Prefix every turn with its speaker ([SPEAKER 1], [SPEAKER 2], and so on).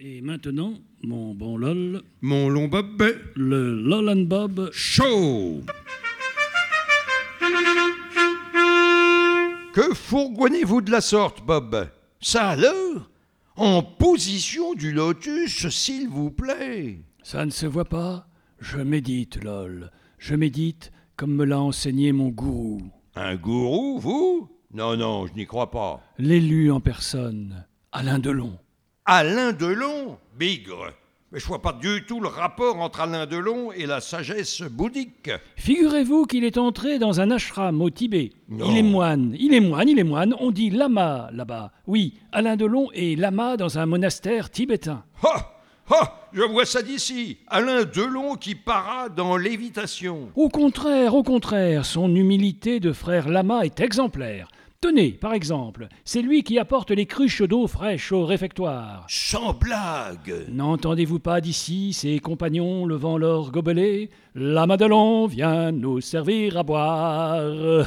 [SPEAKER 1] Et maintenant, mon bon LOL,
[SPEAKER 2] Mon long bob
[SPEAKER 1] le LOL and Bob.
[SPEAKER 2] chaud.
[SPEAKER 3] Que fourgonnez-vous de la sorte, Bob Ça alors En position du lotus, s'il vous plaît.
[SPEAKER 1] Ça ne se voit pas Je médite, LOL. Je médite comme me l'a enseigné mon gourou,
[SPEAKER 3] Un gourou, vous Non, non, je n'y crois pas.
[SPEAKER 1] l'élu en personne, Alain Delon.
[SPEAKER 3] Alain Delon Bigre. Mais je vois pas du tout le rapport entre Alain Delon et la sagesse bouddhique.
[SPEAKER 1] Figurez-vous qu'il est entré dans un ashram au Tibet.
[SPEAKER 3] Non.
[SPEAKER 1] Il est moine, il est moine, il est moine. On dit lama là-bas. Oui, Alain Delon est lama dans un monastère tibétain.
[SPEAKER 3] Ah Ah Je vois ça d'ici. Alain Delon qui parade en lévitation.
[SPEAKER 1] Au contraire, au contraire, son humilité de frère lama est exemplaire. Tenez, par exemple, c'est lui qui apporte les cruches d'eau fraîche au réfectoire.
[SPEAKER 3] Sans blague
[SPEAKER 1] N'entendez-vous pas d'ici ses compagnons levant leurs gobelets Lama Delon vient nous servir à boire.